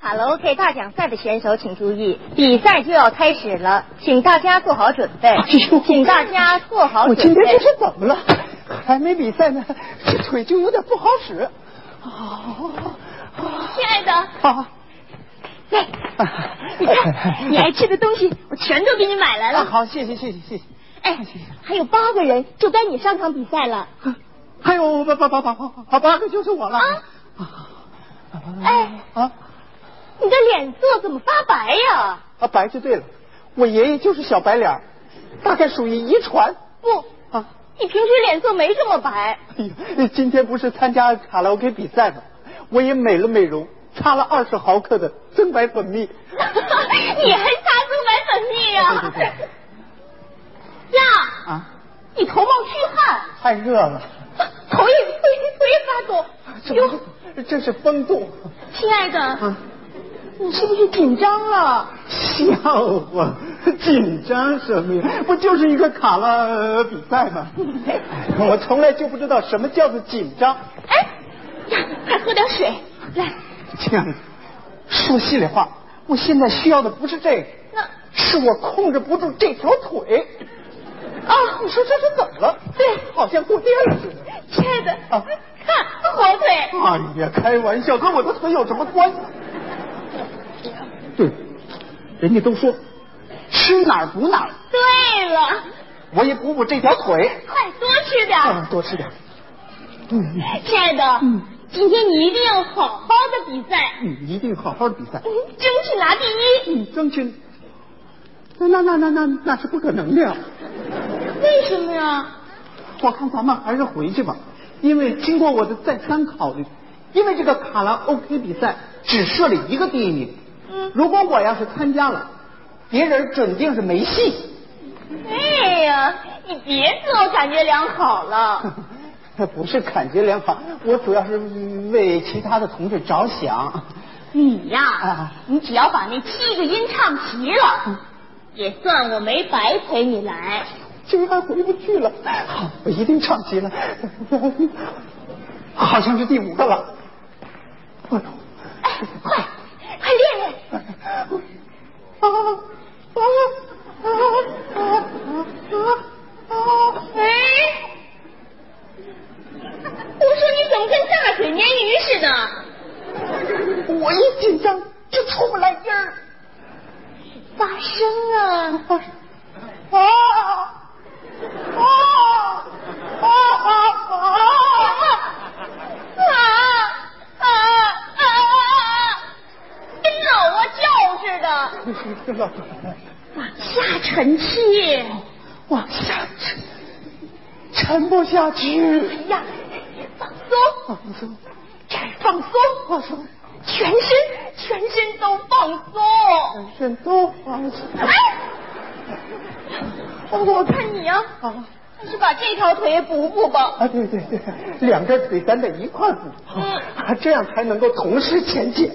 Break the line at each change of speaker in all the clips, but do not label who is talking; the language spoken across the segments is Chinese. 卡拉 OK 大奖赛的选手请注意，比赛就要开始了，请大家做好准备
哎呦。
请大家做好哎
我
准
今天
备
这。是怎么了？还没比赛呢，这腿就有点不好使。哦，
亲爱的，
啊，
来， 你 看你爱吃的东西，我全都给你买来
啊，
了。
好，谢谢谢谢谢谢。
哎，还有八个人，就该你上场比赛了。
啊还有八八八八八八八个就是我了。
啊哎，
啊
你的脸色怎么发白呀？
啊，白就对了，我爷爷就是小白脸儿，大概属于遗传
不，
啊。
你平时脸色没这么白。
哎呀，今天不是参加卡拉 OK 比赛吗？我也美了美容，擦了二十毫克的增白粉蜜。
你还擦增白粉蜜呀、
对对对
呀，
啊，
你头冒虚汗，
太热了，
头也腿腿发
啊
抖。哟，
这这是风度。
亲爱的
啊，，
你是不是紧张了？
笑话，紧张什么呀？不就是一个卡拉呃比赛吗？ 我从来就不知道什么叫做紧张。
哎，呀，快喝点水。来，
亲爱的，说心里话，我现在需要的不是这个，
那
是我控制不住这条腿。啊，你说这是怎么了？
对
好像过电了似的。
亲爱的，
啊
看火腿。
哎呀，开玩笑，跟我的腿有什么关系？对，人家都说吃哪儿补哪儿，
对了，
我也补补这条腿。
快多吃点儿。
啊，多吃点。嗯，
亲爱的，今天你一定要好好的比赛，
嗯，一定好好比赛，嗯
争取拿第一。
争取。那那那那那那是不可能的呀！
为什么呀？
我看咱们还是回去吧，因为经过我的再三考虑，因为这个卡拉 OK 比赛只设了一个第一名，
嗯
如果我要是参加了，别人准定是没戏。
哎呀，你别自我感觉良好 了。
不是感觉良好，我主要是为其他的同志着想。
你呀、
啊
你只要把那七个音唱齐了，也算我没白陪你来。
今儿还回不去了，好，我一定唱齐了。好像是第五个了。哎呦！
哎，快，快练练。
啊啊啊啊啊啊！
哎，我说你怎么跟大水鲶鱼似的？
我一紧张就出不来音儿。
发声啊！
啊啊啊啊啊！
啊啊啊啊！跟老窝叫似的，往下沉气。
往下沉，沉不下
哎
去。
呀，放松，
放松，
这儿放松，放松，全身全身都放松。
全身都放松。
哎，哦我看你呀、
啊
还是把这条腿也补补吧。
啊，对对对，两根腿咱得一块儿补，
嗯
啊，这样才能够同时前进。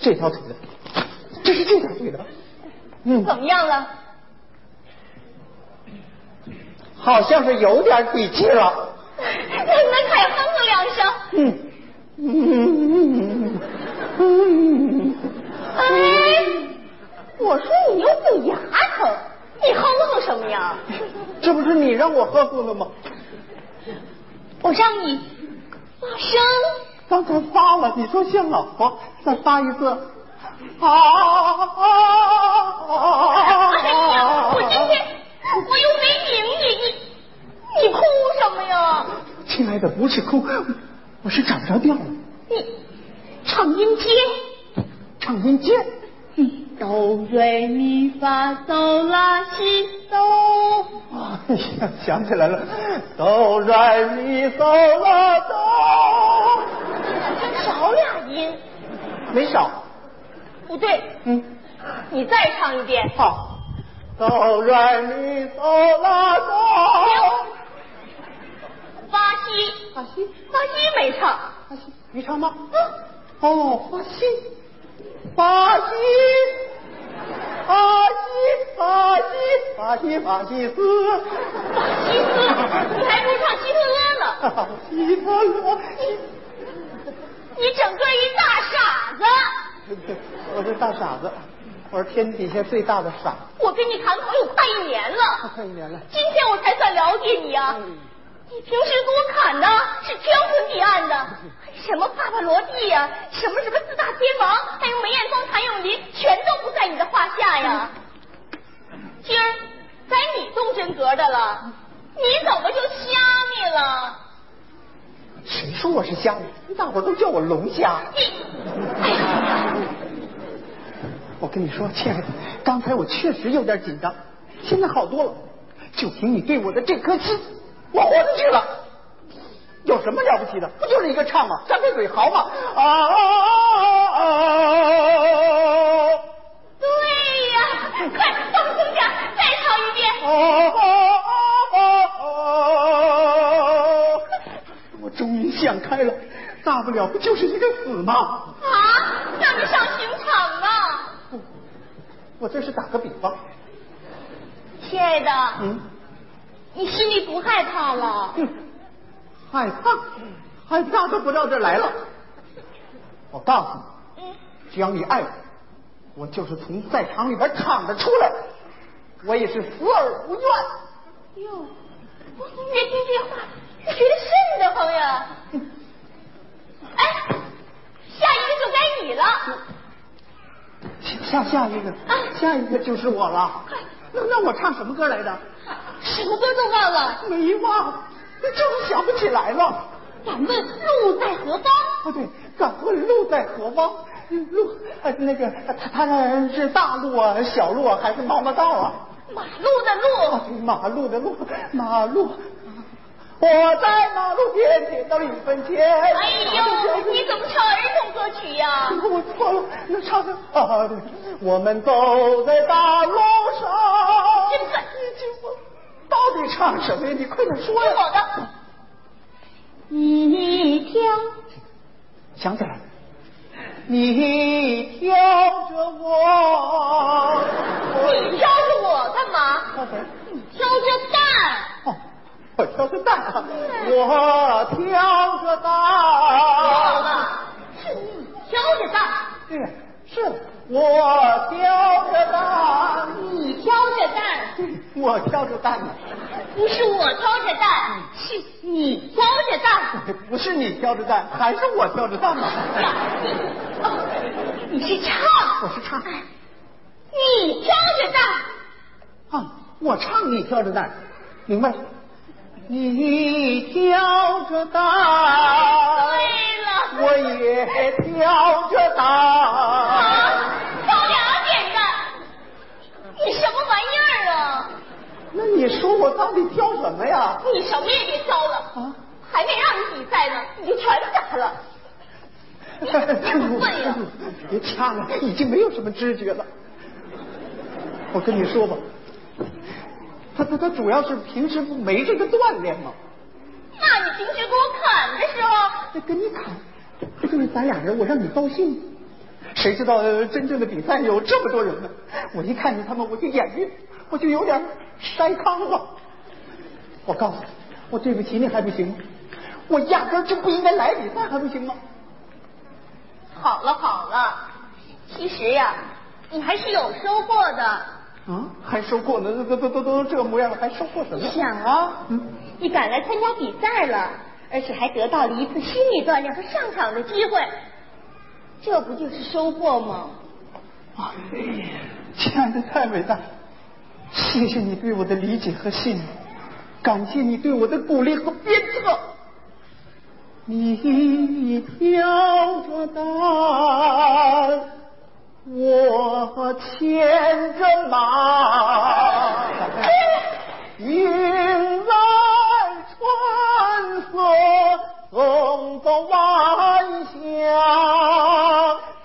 这条腿的，这是这条腿的，嗯，
怎么样了？
好像是有点底气了。
那那快哼哼两声。
嗯嗯嗯嗯
哎，我说你又不牙疼，你哼哼什么呀？
嗯，这不是你让我喝过了吗？
我让你发声。
刚才发了，你说像老婆，再发一次。啊啊
哎呀，我今天我又没拧你，你你哭什么呀？
亲爱的，不是哭，我是找不着调了，
你唱音阶。
唱音阶。
哆瑞咪发嗦拉西哆，
啊，想起来了，哆来咪嗦啦哆，
少俩音。
没少。
不对，
嗯，
你再唱一遍。
好，哆来咪嗦啦
哦
哆。
巴西，巴西，巴西没唱。
发西，你唱吗？
嗯
哦，发西，发西，发西，发西，发西，发西斯，
西斯，你还不唱希特勒了？
哈哈西特勒，
你整个一大傻子！
西大傻子，我是天底下最大的傻。
我跟你谈朋友快一年 了，
快一年了，
今天我才算了解你啊。
嗯
你平时跟我侃的是天昏地暗的，什么帕帕罗蒂呀、什么什么四大天王，还有梅艳芳、谭咏麟，全都不在你的话下呀。今儿该你动真格的了，你怎么就瞎你了？
谁说我是瞎子？大伙儿都叫我龙虾。
你，哎呀，
我跟你说，亲爱的，刚才我确实有点紧张，现在好多了。就凭你对我的这颗心，我豁出去了。有什么了不起的？不就是一个唱吗？张开嘴嚎吗？啊啊啊啊啊！
对呀，快放松点，再唱一遍。
哦 我终于想开了，大不了不就是一个死嘛。
啊，让你上刑场啊！
我这是打个比方，
亲爱的，
嗯，
你心里不害怕了？
哼，害怕，害怕都不到这儿来了。我告诉你，
嗯，
只要你爱我，我就是从赛场里边躺着出来，我也是死而无怨。
哟，我听着听这话，我觉得瘆得慌呀。哎，下一个就该你了。
下下一个，下一个就是我了。那那我唱什么歌来的？
什么歌都忘了？
没忘，就是想不起来了。
敢问路在何方？
不对，敢问路在何方？路呃那个呃它它是大路啊、小路啊，还是毛毛道啊？
马路的路，
哦，马路的路，马路。我在马路边捡到了一分钱。
哎呦，你怎么唱儿童歌曲呀、
我错了，那唱的啊，对我们走在大路上。
真笨
你这我到底唱什么呀？你快点说
听
呀！
我的，一条
想起来了，你挑着我，
你挑着我干嘛？
我等
你挑着担。
哦，我挑着担啊，我挑
错
着担，
了，是你挑着担，
对，是我挑着担，
你挑着担，
我挑着担呢，
不是我挑着担，是你挑着担。
不是你挑着担，还是我挑着担呢？
哦，你是
我
唱，
是唱
你挑着担，
啊，我唱你挑着担，明白了？你挑着担。
对了，
我也挑着担，
啊，挑俩扁担，你什么玩意儿啊？
那你说我到底挑什么呀？
你什么也别挑了，
啊，
还没让你比赛呢，你就全砸了。笨 呀
别掐了，已经没有什么知觉了。我跟你说吧，他他他主要是平时不没这个锻炼嘛。
那你平时给我砍的时候，
那跟你砍，这就是咱俩人，我让你高兴。谁知道呃真正的比赛有这么多人呢？我一看见他们，我就眼晕，我就有点筛糠了。我告诉你，我对不起你还不行吗？我压根儿就不应该来比赛还不行吗？
好了好了，其实呀，你还是有收获的。
啊，还收获呢？都都都都这个模样了，还收获什么
你？想啊，
嗯
你赶来参加比赛了，而且还得到了一次心理锻炼和上场的机会，这不就是收获吗？
啊，亲爱的，太伟大了！谢谢你对我的理解和信任，感谢你对我的鼓励和鞭策。你挑着担，我牵着马，迎来春色，送走晚霞，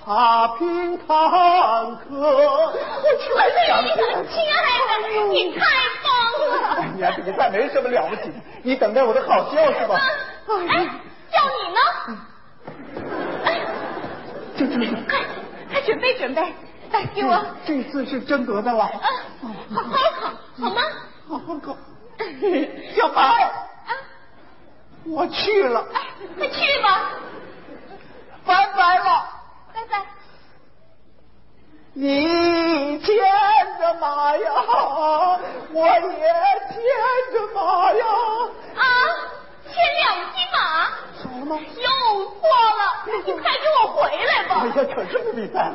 踏平坎坷。
亲爱的，你太棒了！
你还比赛没什么了不起，你等待我的好消息吧。
哎，嗯叫你呢，
这这这，
快哎快准备准备，来给我，啊，
这次是真得到了，
哎嗯好好考好 吗？
好好搞。小白，
啊，
我去了，
哎，快去吧，
拜拜了。
拜拜。
你牵着马呀，我也牵着马呀。
啊，牵两匹马？
少了吗？
又错了，你快给我回来吧！
哎哎呀，可这么比赛。